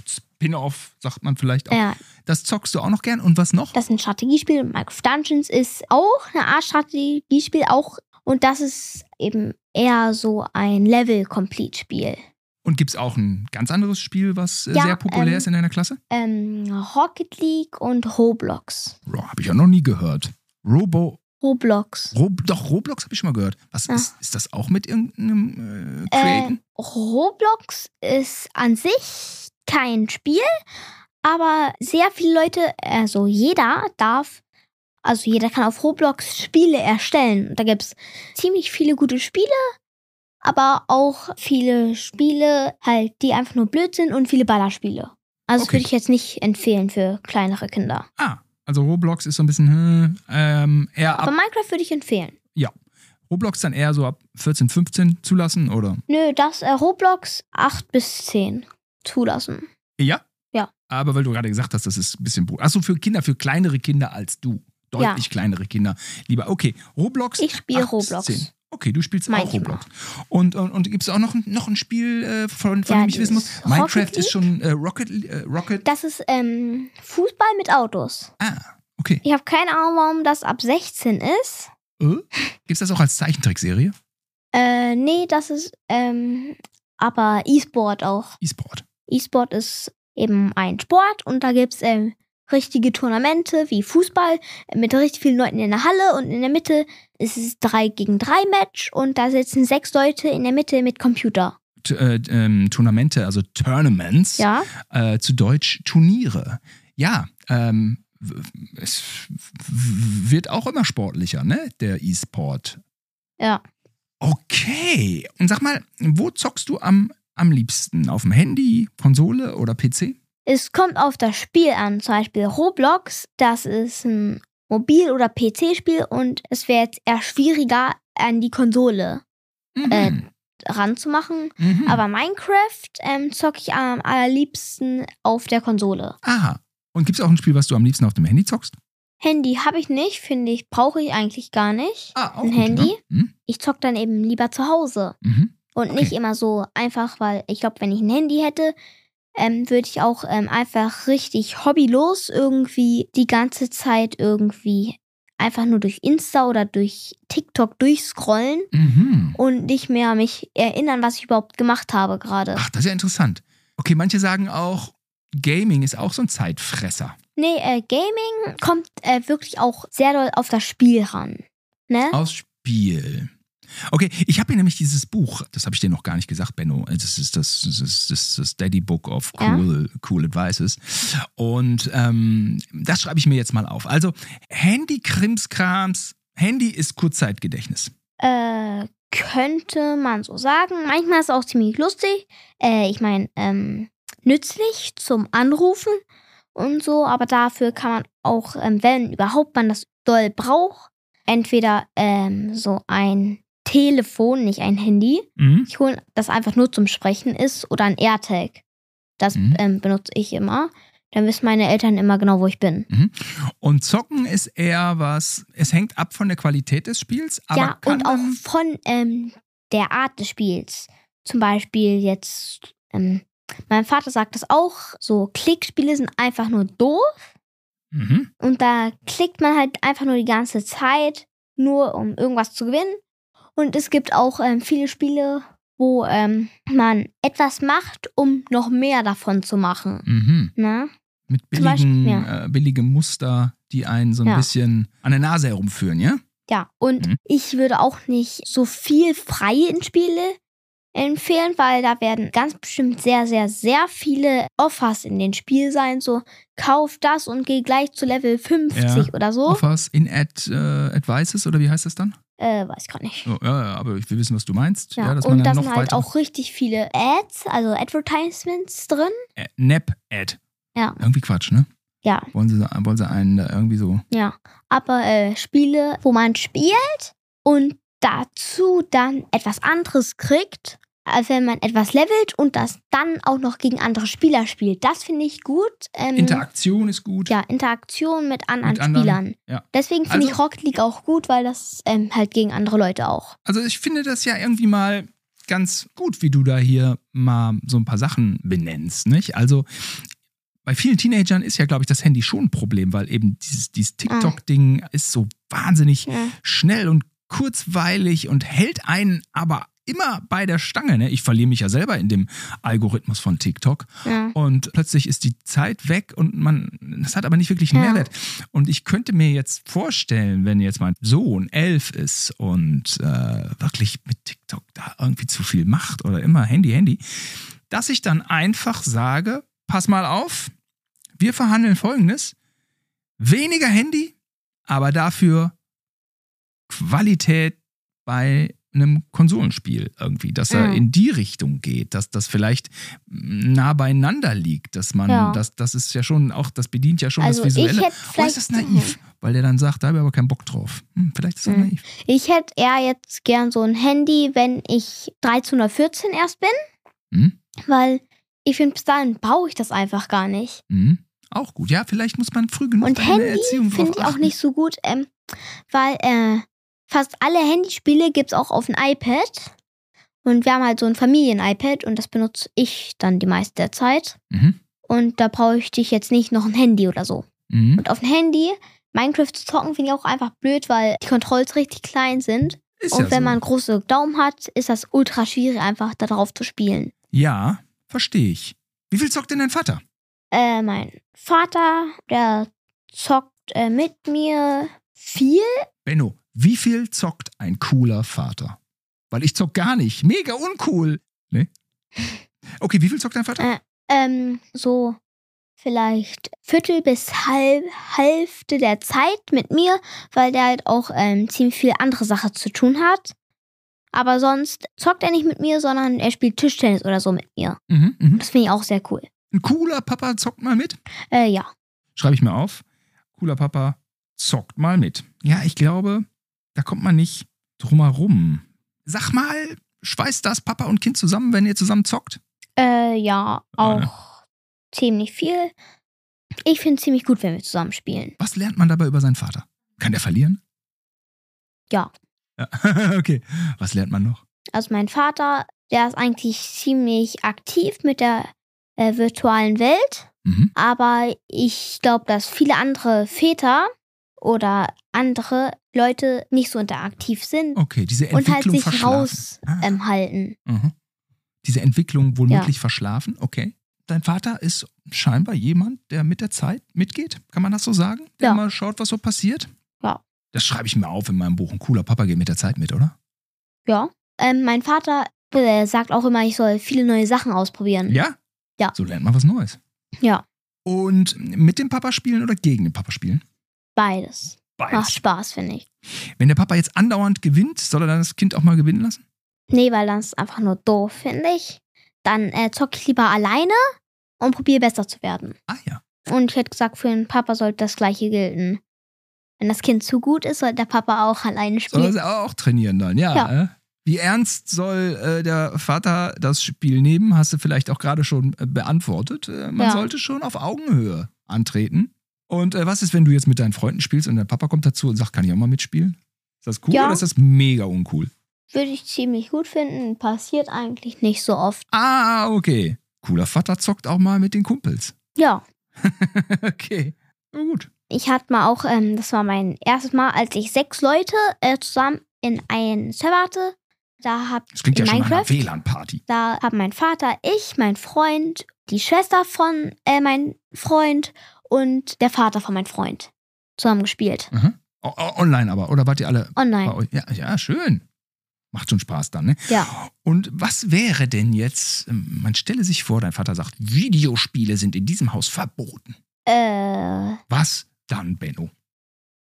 Speaker 1: Minecraft-Spin-Off, sagt man vielleicht auch.
Speaker 2: Ja,
Speaker 1: Das zockst du auch noch gern. Und was noch?
Speaker 2: das ist ein Strategiespiel. Minecraft Dungeons ist auch eine Art Strategiespiel, auch. Und das ist eben eher so ein Level-Complete-Spiel.
Speaker 1: Und gibt es auch ein ganz anderes Spiel, was äh,
Speaker 2: Ja,
Speaker 1: sehr populär
Speaker 2: ähm,
Speaker 1: ist in deiner Klasse?
Speaker 2: Ähm, Rocket League und Roblox.
Speaker 1: Ro- Habe ich auch noch nie gehört. Robo,
Speaker 2: Roblox.
Speaker 1: Rob, doch, Roblox habe ich schon mal gehört. Was
Speaker 2: Ja.
Speaker 1: ist, ist das auch mit irgendeinem äh,
Speaker 2: Äh,
Speaker 1: Createn?
Speaker 2: Roblox ist an sich kein Spiel, aber sehr viele Leute, also jeder darf, also jeder kann auf Roblox Spiele erstellen. Und Da gibt es ziemlich viele gute Spiele, aber auch viele Spiele halt, die einfach nur blöd sind und viele Ballerspiele. Also das
Speaker 1: Okay.
Speaker 2: würde ich jetzt nicht empfehlen für kleinere Kinder.
Speaker 1: ah, also Roblox ist so ein bisschen hm, ähm, eher
Speaker 2: Aber
Speaker 1: ab.
Speaker 2: Minecraft würde ich empfehlen.
Speaker 1: Roblox dann eher so ab 14, 15 zulassen, oder?
Speaker 2: Nö, das äh, Roblox 8 bis 10 zulassen.
Speaker 1: Ja?
Speaker 2: Ja.
Speaker 1: Aber weil du gerade gesagt hast, das ist ein bisschen. Achso, für Kinder, für kleinere Kinder als du. Deutlich kleinere Kinder. Lieber, okay, Roblox.
Speaker 2: Ich spiele
Speaker 1: 8 bis
Speaker 2: Roblox.
Speaker 1: 10. Okay, du spielst auch
Speaker 2: Manchmal.
Speaker 1: Roblox. Und, und, und gibt es auch noch ein, noch ein Spiel, äh, von, von
Speaker 2: Ja,
Speaker 1: dem ich wissen muss?
Speaker 2: dieses
Speaker 1: Minecraft
Speaker 2: Rocket
Speaker 1: ist schon äh, Rocket. Äh, Rocket.
Speaker 2: Das ist ähm, Fußball mit Autos.
Speaker 1: Ah, okay.
Speaker 2: Ich habe keine Ahnung, warum das ab 16 ist.
Speaker 1: Äh? Gibt es das auch als Zeichentrickserie?
Speaker 2: Äh, nee, das ist ähm, aber E-Sport auch.
Speaker 1: E-Sport.
Speaker 2: E-Sport ist eben ein Sport und da gibt's ähm, richtige Tournamente wie Fußball mit richtig vielen Leuten in der Halle und in der Mitte ist es 3 gegen 3 Match und da sitzen sechs Leute in der Mitte mit Computer.
Speaker 1: T äh, ähm, Tournamente, also Tournaments.
Speaker 2: Ja,
Speaker 1: äh, zu Deutsch Turniere. Ja, ähm, w- es w- wird auch immer sportlicher, ne? Der E-Sport.
Speaker 2: ja.
Speaker 1: Okay. Und sag mal, wo zockst du am, am liebsten? Auf dem Handy, Konsole oder PC?
Speaker 2: Es kommt auf das Spiel an, zum Beispiel Roblox, das ist ein Mobil- oder PC-Spiel und es wäre jetzt eher schwieriger, an die Konsole
Speaker 1: Mhm.
Speaker 2: Äh, ranzumachen.
Speaker 1: mhm.
Speaker 2: Aber Minecraft ähm, zocke ich am allerliebsten auf der Konsole.
Speaker 1: Aha. Und gibt es auch ein Spiel, was du am liebsten auf dem Handy zockst?
Speaker 2: Handy habe ich nicht, finde ich, brauche ich eigentlich gar nicht.
Speaker 1: Ah,
Speaker 2: Ein
Speaker 1: gut,
Speaker 2: Handy?
Speaker 1: ne? Mhm.
Speaker 2: Ich zocke dann eben lieber zu Hause
Speaker 1: Mhm.
Speaker 2: und
Speaker 1: Okay.
Speaker 2: nicht immer so einfach, weil ich glaube, wenn ich ein Handy hätte, ähm, würde ich auch ähm, einfach richtig hobbylos irgendwie die ganze Zeit irgendwie einfach nur durch Insta oder durch TikTok durchscrollen
Speaker 1: Mhm.
Speaker 2: und nicht mehr mich erinnern, was ich überhaupt gemacht habe gerade.
Speaker 1: Ach, das ist ja interessant. Okay, manche sagen auch, Gaming ist auch so ein Zeitfresser.
Speaker 2: Nee, äh, Gaming kommt äh, wirklich auch sehr doll auf das Spiel ran. Ne?
Speaker 1: Aus Spiel. Okay, ich habe hier nämlich dieses Buch, das habe ich dir noch gar nicht gesagt, Benno. Das ist das, das, ist das, das Daddy Book of
Speaker 2: Ja.
Speaker 1: Cool, cool Advices. Und ähm, das schreibe ich mir jetzt mal auf. Also, Handy-Krimskrams, Handy ist Kurzzeitgedächtnis.
Speaker 2: Äh, könnte man so sagen. Manchmal ist es auch ziemlich lustig. Äh, ich meine, ähm, nützlich zum Anrufen und so, aber dafür kann man auch, ähm, wenn überhaupt man das doll braucht, entweder ähm, so ein Telefon, nicht ein Handy,
Speaker 1: Mhm.
Speaker 2: ich hole das einfach nur zum Sprechen ist oder ein AirTag. Das
Speaker 1: Mhm.
Speaker 2: ähm, benutze ich immer. Dann wissen meine Eltern immer genau, wo ich bin.
Speaker 1: Und Zocken ist eher was, es hängt ab von der Qualität des Spiels, aber
Speaker 2: ja,
Speaker 1: kann
Speaker 2: und auch
Speaker 1: man-
Speaker 2: von ähm, der Art des Spiels. Zum Beispiel jetzt, ähm, mein Vater sagt das auch, so Klickspiele sind einfach nur doof.
Speaker 1: Mhm.
Speaker 2: Und da klickt man halt einfach nur die ganze Zeit, nur um irgendwas zu gewinnen. Und es gibt auch ähm, viele Spiele, wo ähm, man etwas macht, um noch mehr davon zu machen.
Speaker 1: Mhm.
Speaker 2: Ne?
Speaker 1: Mit
Speaker 2: Zum
Speaker 1: billigen,
Speaker 2: Beispiel, ja.
Speaker 1: äh, billigem Muster, die einen so ein
Speaker 2: Ja.
Speaker 1: bisschen an der Nase herumführen, ja?
Speaker 2: Ja, und
Speaker 1: Mhm.
Speaker 2: ich würde auch nicht so viel freie in Spiele empfehlen, weil da werden ganz bestimmt sehr, sehr, sehr viele Offers in den Spiel sein. So, kauf das und geh gleich zu Level 50 oder so.
Speaker 1: Offers, In-Ad äh, Advices oder wie heißt das dann?
Speaker 2: Äh, weiß gar nicht.
Speaker 1: Oh, ja, ja, aber ich will wissen, was du meinst. Ja,
Speaker 2: Ja,
Speaker 1: dass man
Speaker 2: und da
Speaker 1: dann
Speaker 2: sind
Speaker 1: noch
Speaker 2: halt
Speaker 1: weiter.
Speaker 2: auch richtig viele Ads, also Advertisements drin.
Speaker 1: Ä- Nap-Ad.
Speaker 2: Ja.
Speaker 1: Irgendwie Quatsch, ne?
Speaker 2: Ja. Mhm.
Speaker 1: Wollen sie, wollen sie einen da irgendwie so.
Speaker 2: Ja, aber äh, Spiele, wo man spielt und dazu dann etwas anderes kriegt, Also wenn man etwas levelt und das dann auch noch gegen andere Spieler spielt. Das finde ich gut. Ähm,
Speaker 1: Interaktion ist gut.
Speaker 2: Ja, Interaktion mit anderen
Speaker 1: Mit anderen,
Speaker 2: Spielern.
Speaker 1: ja.
Speaker 2: Deswegen finde
Speaker 1: Also-
Speaker 2: ich Rocket League auch gut, weil das ähm, halt gegen andere Leute auch.
Speaker 1: Also ich finde das ja irgendwie mal ganz gut, wie du da hier mal so ein paar Sachen benennst, nicht? Also bei vielen Teenagern ist ja, glaube ich, das Handy schon ein Problem, weil eben dieses, dieses TikTok-Ding ist so wahnsinnig
Speaker 2: Ja.
Speaker 1: schnell und kurzweilig und hält einen aber immer bei der Stange. Ne? Ich verliere mich ja selber in dem Algorithmus von TikTok
Speaker 2: Ja.
Speaker 1: und plötzlich ist die Zeit weg und man, das hat aber nicht wirklich einen
Speaker 2: Ja.
Speaker 1: Mehrwert. Und ich könnte mir jetzt vorstellen, wenn jetzt mein Sohn elf ist und äh, wirklich mit TikTok da irgendwie zu viel macht oder immer Handy, Handy, dass ich dann einfach sage, pass mal auf, wir verhandeln folgendes, weniger Handy, aber dafür Qualität bei einem Konsolenspiel irgendwie, dass er
Speaker 2: Ja.
Speaker 1: in die Richtung geht, dass das vielleicht nah beieinander liegt, dass man,
Speaker 2: Ja.
Speaker 1: das, das ist ja schon auch, das bedient ja schon
Speaker 2: Also
Speaker 1: das
Speaker 2: ich
Speaker 1: Visuelle.
Speaker 2: hätte
Speaker 1: oh,
Speaker 2: vielleicht-
Speaker 1: ist das naiv, weil der dann sagt, da habe ich aber keinen Bock drauf. Hm, vielleicht ist das
Speaker 2: Mhm.
Speaker 1: naiv.
Speaker 2: Ich hätte eher jetzt gern so ein Handy, wenn ich 13 oder 14 erst bin,
Speaker 1: Hm?
Speaker 2: weil ich finde, bis dahin brauche ich das einfach gar nicht.
Speaker 1: Hm? Auch gut. Ja, vielleicht muss man früh genug
Speaker 2: Und
Speaker 1: bei der
Speaker 2: Handy
Speaker 1: Erziehung drauf
Speaker 2: Finde ich auch
Speaker 1: achten.
Speaker 2: nicht so gut, ähm, weil äh, fast alle Handyspiele gibt es auch auf dem iPad. Und wir haben halt so ein Familien-iPad und das benutze ich dann die meiste der Zeit.
Speaker 1: Mhm.
Speaker 2: Und da brauche ich dich jetzt nicht noch ein Handy oder so.
Speaker 1: Mhm.
Speaker 2: Und auf dem Handy Minecraft zu zocken, finde ich auch einfach blöd, weil die Controls richtig klein sind.
Speaker 1: Ist
Speaker 2: Und
Speaker 1: ja
Speaker 2: wenn
Speaker 1: so.
Speaker 2: man große Daumen hat, ist das ultra schwierig, einfach da drauf zu spielen.
Speaker 1: Ja, verstehe ich. Wie viel zockt denn dein Vater?
Speaker 2: Äh, mein Vater, der zockt äh, mit mir viel.
Speaker 1: Benno, wie viel zockt ein cooler Vater? Weil ich zock gar nicht. Mega uncool. Nee? Okay, wie viel zockt dein Vater?
Speaker 2: Äh. Ähm, so vielleicht Viertel bis halb, Hälfte der Zeit mit mir, weil der halt auch ähm, ziemlich viel andere Sachen zu tun hat. Aber sonst zockt er nicht mit mir, sondern er spielt Tischtennis oder so mit mir.
Speaker 1: Mhm, mhm.
Speaker 2: Das finde ich auch sehr cool.
Speaker 1: Ein cooler Papa zockt mal mit.
Speaker 2: Äh, ja.
Speaker 1: Schreibe ich mir auf. Cooler Papa zockt mal mit. Ja, ich glaube, da kommt man nicht drumherum. Sag mal, schweißt das Papa und Kind zusammen, wenn ihr zusammen zockt?
Speaker 2: Äh, ja,
Speaker 1: Ah,
Speaker 2: auch
Speaker 1: ne?
Speaker 2: ziemlich viel. Ich finde es ziemlich gut, wenn wir zusammen spielen.
Speaker 1: Was lernt man dabei über seinen Vater? Kann der verlieren?
Speaker 2: Ja.
Speaker 1: ja. okay. Was lernt man noch?
Speaker 2: Also mein Vater, der ist eigentlich ziemlich aktiv mit der äh, virtualen Welt,
Speaker 1: Mhm.
Speaker 2: aber ich glaube, dass viele andere Väter oder andere Leute nicht so interaktiv sind
Speaker 1: Okay, diese
Speaker 2: und halt
Speaker 1: Oh, Entwicklung
Speaker 2: sich
Speaker 1: verschlafen.
Speaker 2: raus
Speaker 1: Ah.
Speaker 2: ähm, halten.
Speaker 1: Mhm. Diese Entwicklung womöglich
Speaker 2: Ja.
Speaker 1: verschlafen, okay. Dein Vater ist scheinbar jemand, der mit der Zeit mitgeht, kann man das so sagen? Der
Speaker 2: Ja.
Speaker 1: mal schaut, was so passiert?
Speaker 2: Ja.
Speaker 1: Das schreibe ich mir auf in meinem Buch. Ein cooler Papa geht mit der Zeit mit, oder?
Speaker 2: Ja. Ähm, mein Vater äh, sagt auch immer, ich soll viele neue Sachen ausprobieren.
Speaker 1: Ja?
Speaker 2: Ja.
Speaker 1: So lernt man was Neues.
Speaker 2: Ja.
Speaker 1: Und mit dem Papa spielen oder gegen den Papa spielen?
Speaker 2: Beides. Macht
Speaker 1: Beides.
Speaker 2: Spaß, finde ich.
Speaker 1: Wenn der Papa jetzt andauernd gewinnt, soll er dann das Kind auch mal gewinnen lassen?
Speaker 2: Nee, weil das ist einfach nur doof, finde ich. Dann äh, zocke ich lieber alleine und probiere besser zu werden.
Speaker 1: Ah ja.
Speaker 2: Und ich hätte gesagt, für den Papa sollte das gleiche gelten. Wenn das Kind zu gut ist, sollte der Papa auch alleine
Speaker 1: Soll er
Speaker 2: spielen.
Speaker 1: sie auch trainieren dann, ja.
Speaker 2: Ja.
Speaker 1: äh? Wie ernst soll äh, der Vater das Spiel nehmen, hast du vielleicht auch gerade schon äh, beantwortet. Äh, man
Speaker 2: Ja.
Speaker 1: sollte schon auf Augenhöhe antreten. Und äh, was ist, wenn du jetzt mit deinen Freunden spielst und der Papa kommt dazu und sagt, kann ich auch mal mitspielen? Ist das cool
Speaker 2: Ja.
Speaker 1: oder ist das mega uncool?
Speaker 2: Würde ich ziemlich gut finden. Passiert eigentlich nicht so oft.
Speaker 1: Ah, okay. Cooler Vater zockt auch mal mit den Kumpels.
Speaker 2: Ja.
Speaker 1: okay. Na gut.
Speaker 2: Ich hatte mal auch, ähm, das war mein erstes Mal, als ich sechs Leute äh, zusammen in einen Server hatte. Da hab
Speaker 1: Das klingt
Speaker 2: In
Speaker 1: ja schon nach einer
Speaker 2: Minecraft?
Speaker 1: WLAN-Party.
Speaker 2: Da haben mein Vater, ich, mein Freund, die Schwester von äh, mein Freund und der Vater von meinem Freund zusammen gespielt.
Speaker 1: O- o- Online aber, oder wart ihr alle bei
Speaker 2: Online.
Speaker 1: euch? Ja, ja, schön. Macht schon Spaß dann, ne?
Speaker 2: Ja.
Speaker 1: Und was wäre denn jetzt, ähm, man stelle sich vor, dein Vater sagt, Videospiele sind in diesem Haus verboten.
Speaker 2: Äh,
Speaker 1: Was dann, Benno?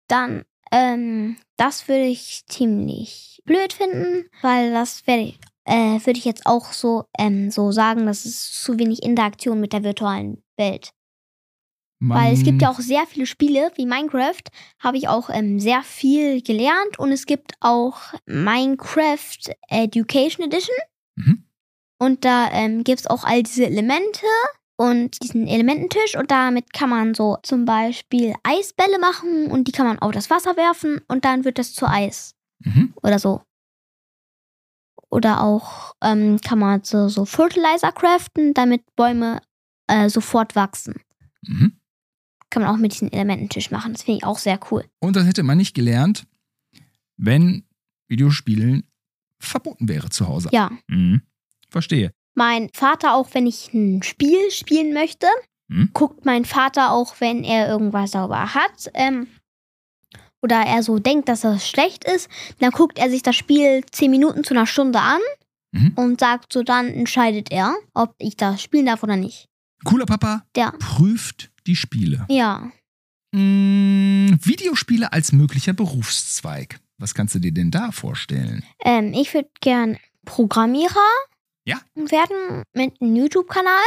Speaker 2: dann, ähm, das würde ich ziemlich blöd finden, weil das werde ich. Äh, würde ich jetzt auch so, ähm, so sagen, das ist zu wenig Interaktion mit der virtualen Welt.
Speaker 1: Man,
Speaker 2: Weil es gibt ja auch sehr viele Spiele, wie Minecraft, habe ich auch ähm, sehr viel gelernt und es gibt auch Minecraft Education Edition.
Speaker 1: Mhm.
Speaker 2: Und da ähm, gibt es auch all diese Elemente und diesen Elemententisch. Und damit kann man so zum Beispiel Eisbälle machen und die kann man auf das Wasser werfen und dann wird das zu Eis
Speaker 1: Mhm.
Speaker 2: oder so. Oder auch ähm, kann man so, so Fertilizer craften, damit Bäume äh, sofort wachsen.
Speaker 1: Mhm.
Speaker 2: Kann man auch mit diesem Elemententisch machen. Das finde ich auch sehr cool.
Speaker 1: Und das hätte man nicht gelernt, wenn Videospielen verboten wäre zu Hause.
Speaker 2: Ja.
Speaker 1: Mhm. Verstehe.
Speaker 2: Mein Vater, auch wenn ich ein Spiel spielen möchte,
Speaker 1: Hm?
Speaker 2: guckt mein Vater auch, wenn er irgendwas sauber hat. Ähm, oder er so denkt, dass das schlecht ist. Dann guckt er sich das Spiel 10 Minuten zu einer Stunde an
Speaker 1: Mhm.
Speaker 2: und sagt so, dann entscheidet er, ob ich das spielen darf oder nicht.
Speaker 1: Cooler Papa
Speaker 2: Ja.
Speaker 1: prüft die Spiele.
Speaker 2: Ja.
Speaker 1: Mm, Videospiele als möglicher Berufszweig. Was kannst du dir denn da vorstellen?
Speaker 2: Ähm, ich würde gern Programmierer
Speaker 1: Ja.
Speaker 2: werden mit einem YouTube-Kanal.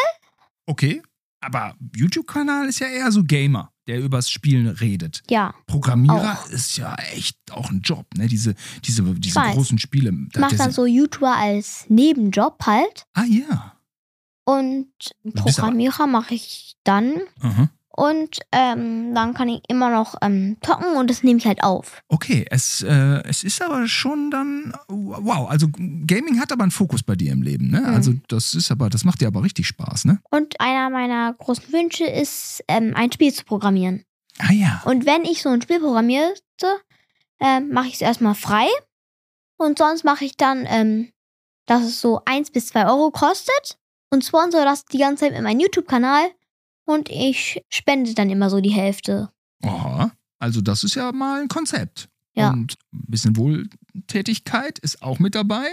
Speaker 1: Okay, aber YouTube-Kanal ist ja eher so Gamer, der übers Spielen redet.
Speaker 2: Ja.
Speaker 1: Programmierer
Speaker 2: Auch.
Speaker 1: ist ja echt auch ein Job, ne? Diese, diese, diese
Speaker 2: weiß.
Speaker 1: großen Spiele.
Speaker 2: Ich mache dann so YouTuber als Nebenjob halt.
Speaker 1: Ah ja.
Speaker 2: Und
Speaker 1: bist aber-
Speaker 2: Programmierer mache ich dann.
Speaker 1: Aha.
Speaker 2: Und ähm, dann kann ich immer noch ähm, zocken und das nehme ich halt auf.
Speaker 1: Okay, es, äh, es ist aber schon dann. Wow, also Gaming hat aber einen Fokus bei dir im Leben, ne?
Speaker 2: Mhm.
Speaker 1: Also das ist aber, das macht dir aber richtig Spaß, ne?
Speaker 2: Und einer meiner großen Wünsche ist, ähm, ein Spiel zu programmieren.
Speaker 1: Ah ja.
Speaker 2: Und wenn ich so ein Spiel programmierte, ähm, mache ich es erstmal frei. Und sonst mache ich dann, ähm, dass es so 1 bis 2 Euro kostet und sponsor das die ganze Zeit in meinen YouTube-Kanal. Und ich spende dann immer so die Hälfte.
Speaker 1: Aha. Also das ist ja mal ein Konzept.
Speaker 2: Ja.
Speaker 1: Und ein bisschen Wohltätigkeit ist auch mit dabei.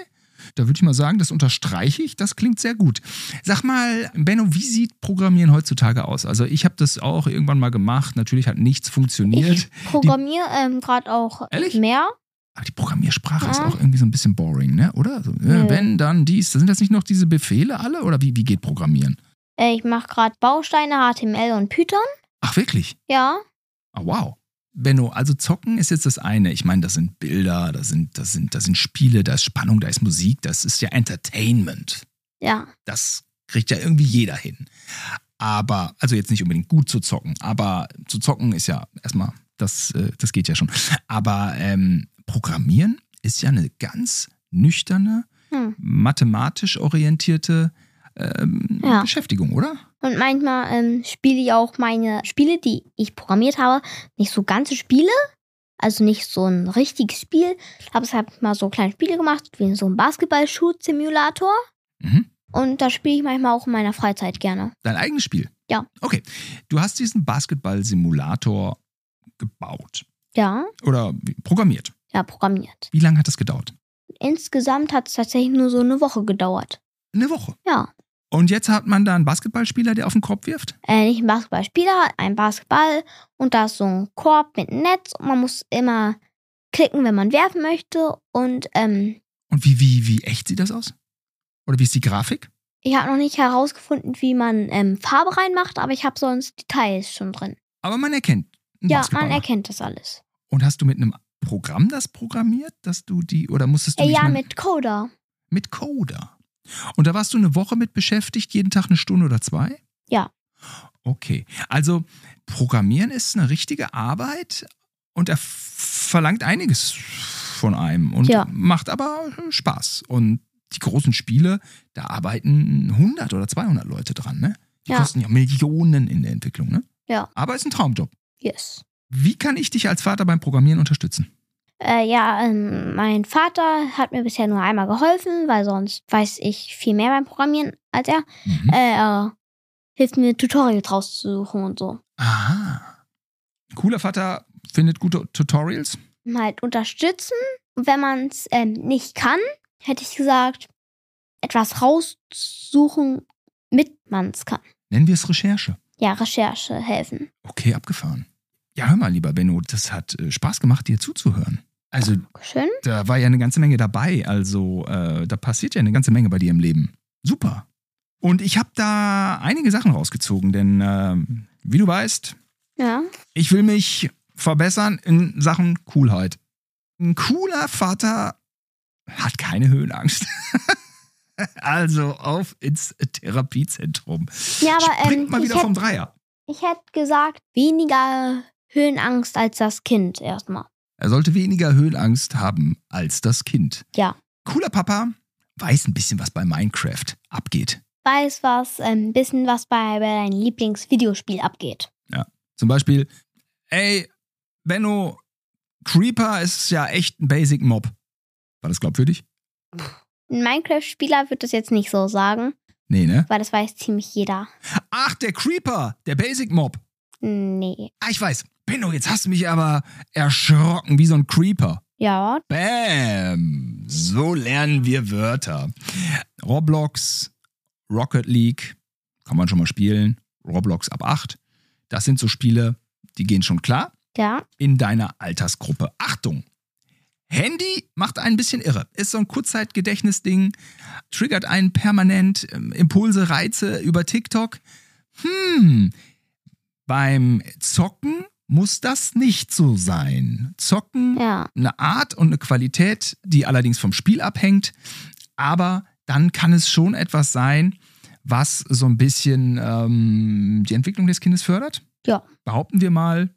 Speaker 1: Da würde ich mal sagen, das unterstreiche ich, das klingt sehr gut. Sag mal, Benno, wie sieht Programmieren heutzutage aus? Also ich habe das auch irgendwann mal gemacht, natürlich hat nichts funktioniert.
Speaker 2: Ich programmiere ähm, gerade auch
Speaker 1: Ehrlich?
Speaker 2: mehr.
Speaker 1: Aber die Programmiersprache ist
Speaker 2: Ja.
Speaker 1: auch irgendwie so ein bisschen boring, ne? Oder? So, äh,
Speaker 2: Nö.
Speaker 1: Wenn, dann, dies. Sind das nicht noch diese Befehle alle? Oder wie, wie geht Programmieren?
Speaker 2: Äh, ich mache gerade Bausteine, HTML und Python.
Speaker 1: Ach, wirklich?
Speaker 2: Ja.
Speaker 1: Ah, wow. Benno, also zocken ist jetzt das eine. Ich meine, das sind Bilder, das sind, das sind, das sind Spiele, da ist Spannung, da ist Musik, das ist ja Entertainment.
Speaker 2: Ja.
Speaker 1: Das kriegt ja irgendwie jeder hin. Aber, also jetzt nicht unbedingt gut zu zocken, aber zu zocken ist ja erstmal, das, äh, das geht ja schon. Aber ähm, Programmieren ist ja eine ganz nüchterne,
Speaker 2: Hm.
Speaker 1: mathematisch orientierte ähm,
Speaker 2: Ja.
Speaker 1: Beschäftigung, oder?
Speaker 2: Und manchmal ähm, spiele ich auch meine Spiele, die ich programmiert habe, nicht so ganze Spiele. Also nicht so ein richtiges Spiel. Aber ich habe mal so kleine Spiele gemacht, wie so ein Basketball-Shoot-Simulator.
Speaker 1: Mhm.
Speaker 2: Und das spiele ich manchmal auch in meiner Freizeit gerne.
Speaker 1: Dein eigenes Spiel?
Speaker 2: Ja.
Speaker 1: Okay. Du hast diesen Basketball-Simulator gebaut
Speaker 2: Ja,
Speaker 1: oder wie- programmiert.
Speaker 2: ja, programmiert.
Speaker 1: Wie lange hat das gedauert?
Speaker 2: Insgesamt hat es tatsächlich nur so eine Woche gedauert.
Speaker 1: Eine Woche.
Speaker 2: Ja.
Speaker 1: Und jetzt hat man da einen Basketballspieler, der auf den Korb wirft?
Speaker 2: Äh, nicht ein Basketballspieler, ein Basketball. Und da ist so ein Korb mit Netz. Und man muss immer klicken, wenn man werfen möchte. Und ähm,
Speaker 1: Und wie, wie, wie echt sieht das aus? Oder wie ist die Grafik?
Speaker 2: Ich habe noch nicht herausgefunden, wie man ähm, Farbe reinmacht, aber ich habe sonst Details schon drin.
Speaker 1: Aber man erkennt. einen
Speaker 2: Ja, man
Speaker 1: Basketballer.
Speaker 2: erkennt das alles.
Speaker 1: Und hast du mit einem Programm das programmiert, dass du die, oder musstest du
Speaker 2: Äh,
Speaker 1: ich
Speaker 2: ja,
Speaker 1: mein-
Speaker 2: mit Coda.
Speaker 1: Mit Coda. Und da warst du eine Woche mit beschäftigt, jeden Tag eine Stunde oder zwei?
Speaker 2: Ja.
Speaker 1: Okay. Also Programmieren ist eine richtige Arbeit und er verlangt einiges von einem und
Speaker 2: Ja.
Speaker 1: macht aber äh, Spaß. Und die großen Spiele, da arbeiten 100 oder 200 Leute dran, ne? Die
Speaker 2: Ja.
Speaker 1: kosten ja Millionen in der Entwicklung, ne?
Speaker 2: Ja.
Speaker 1: Aber ist ein Traumjob.
Speaker 2: Yes.
Speaker 1: Wie kann ich dich als Vater beim Programmieren unterstützen?
Speaker 2: Äh, ja, ähm, mein Vater hat mir bisher nur einmal geholfen, weil sonst weiß ich viel mehr beim Programmieren als er.
Speaker 1: Mhm.
Speaker 2: Äh, er hilft mir, Tutorials rauszusuchen und so.
Speaker 1: Aha. Cooler Vater findet gute Tutorials.
Speaker 2: Und Halt unterstützen. Und wenn man es ähm, nicht kann, hätte ich gesagt, etwas raussuchen, mit man es kann.
Speaker 1: Nennen wir es Recherche.
Speaker 2: Ja, Recherche helfen.
Speaker 1: Okay, abgefahren. Ja, hör mal, lieber Benno, das hat äh, Spaß gemacht, dir zuzuhören. Also,
Speaker 2: Schön.
Speaker 1: da war ja eine ganze Menge dabei. Also, äh, da passiert ja eine ganze Menge bei dir im Leben. Super. Und ich habe da einige Sachen rausgezogen, denn ähm, wie du weißt,
Speaker 2: Ja.
Speaker 1: ich will mich verbessern in Sachen Coolheit. Ein cooler Vater hat keine Höhenangst. Also auf ins Therapiezentrum.
Speaker 2: Ja, aber
Speaker 1: Springt
Speaker 2: ähm,
Speaker 1: mal
Speaker 2: ich,
Speaker 1: wieder vom
Speaker 2: hätte,
Speaker 1: Dreier.
Speaker 2: ich hätte gesagt, weniger Höhenangst als das Kind erstmal.
Speaker 1: Er sollte weniger Höhenangst haben als das Kind.
Speaker 2: Ja.
Speaker 1: Cooler Papa weiß ein bisschen, was bei Minecraft abgeht.
Speaker 2: Weiß was, ein ähm, bisschen was bei, bei deinem Lieblingsvideospiel abgeht.
Speaker 1: Zum Beispiel, ey, Benno, Creeper ist ja echt ein Basic Mob. War das glaubwürdig?
Speaker 2: Ein Minecraft-Spieler wird das jetzt nicht so sagen,
Speaker 1: Nee, ne?
Speaker 2: weil das weiß ziemlich jeder.
Speaker 1: Ach, der Creeper, der Basic Mob.
Speaker 2: Nee.
Speaker 1: Ah, ich weiß. Benno, jetzt hast du mich aber erschrocken wie so ein Creeper.
Speaker 2: Ja,
Speaker 1: Bam! So lernen wir Wörter. Roblox, Rocket League, kann man schon mal spielen. Roblox ab 8. Das sind so Spiele, die gehen schon klar
Speaker 2: ja.
Speaker 1: in deiner Altersgruppe. Achtung! Handy macht ein bisschen irre. Ist so ein Kurzzeitgedächtnisding, triggert einen permanent ähm, Impulse, Reize über TikTok. Hm, beim Zocken muss das nicht so sein. Zocken
Speaker 2: Ja.
Speaker 1: eine Art und eine Qualität, die allerdings vom Spiel abhängt. Aber dann kann es schon etwas sein, was so ein bisschen ähm, die Entwicklung des Kindes fördert.
Speaker 2: Ja.
Speaker 1: Behaupten wir mal,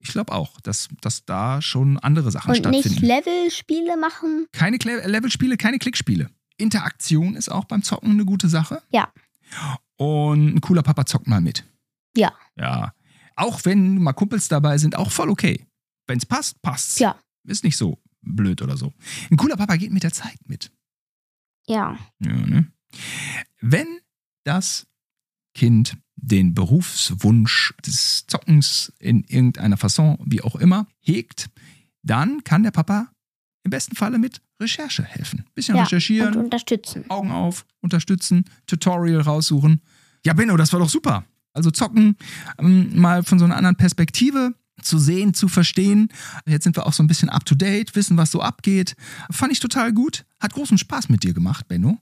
Speaker 1: ich glaube auch, dass, dass da schon andere Sachen
Speaker 2: Und nicht
Speaker 1: stattfinden.
Speaker 2: Level-Spiele machen.
Speaker 1: keine Kle- Levelspiele, keine Klickspiele. Interaktion ist auch beim Zocken eine gute Sache.
Speaker 2: Ja.
Speaker 1: Und ein cooler Papa zockt mal mit.
Speaker 2: Ja.
Speaker 1: Ja. Auch wenn mal Kumpels dabei sind, auch voll okay. Wenn's passt, passt's
Speaker 2: Ja.
Speaker 1: ist nicht so blöd oder so. Ein cooler Papa geht mit der Zeit mit.
Speaker 2: Ja.
Speaker 1: Ja, ne? Wenn das Kind den Berufswunsch des Zockens in irgendeiner Fasson, wie auch immer, hegt, dann kann der Papa im besten Falle mit Recherche helfen. Bisschen
Speaker 2: Ja, Und
Speaker 1: recherchieren,
Speaker 2: unterstützen.
Speaker 1: Augen auf, unterstützen, Tutorial raussuchen. Ja, Benno, das war doch super. Also zocken, ähm, mal von so einer anderen Perspektive zu sehen, zu verstehen. Jetzt sind wir auch so ein bisschen up to date, wissen, was so abgeht. Fand ich total gut. Hat großen Spaß mit dir gemacht, Benno.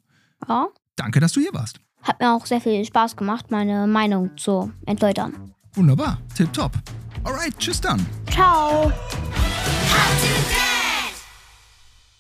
Speaker 2: Ja.
Speaker 1: Danke, dass du hier warst.
Speaker 2: Hat mir auch sehr viel Spaß gemacht, meine Meinung zu entläutern.
Speaker 1: Wunderbar, tipptopp. Alright, tschüss dann.
Speaker 2: Ciao!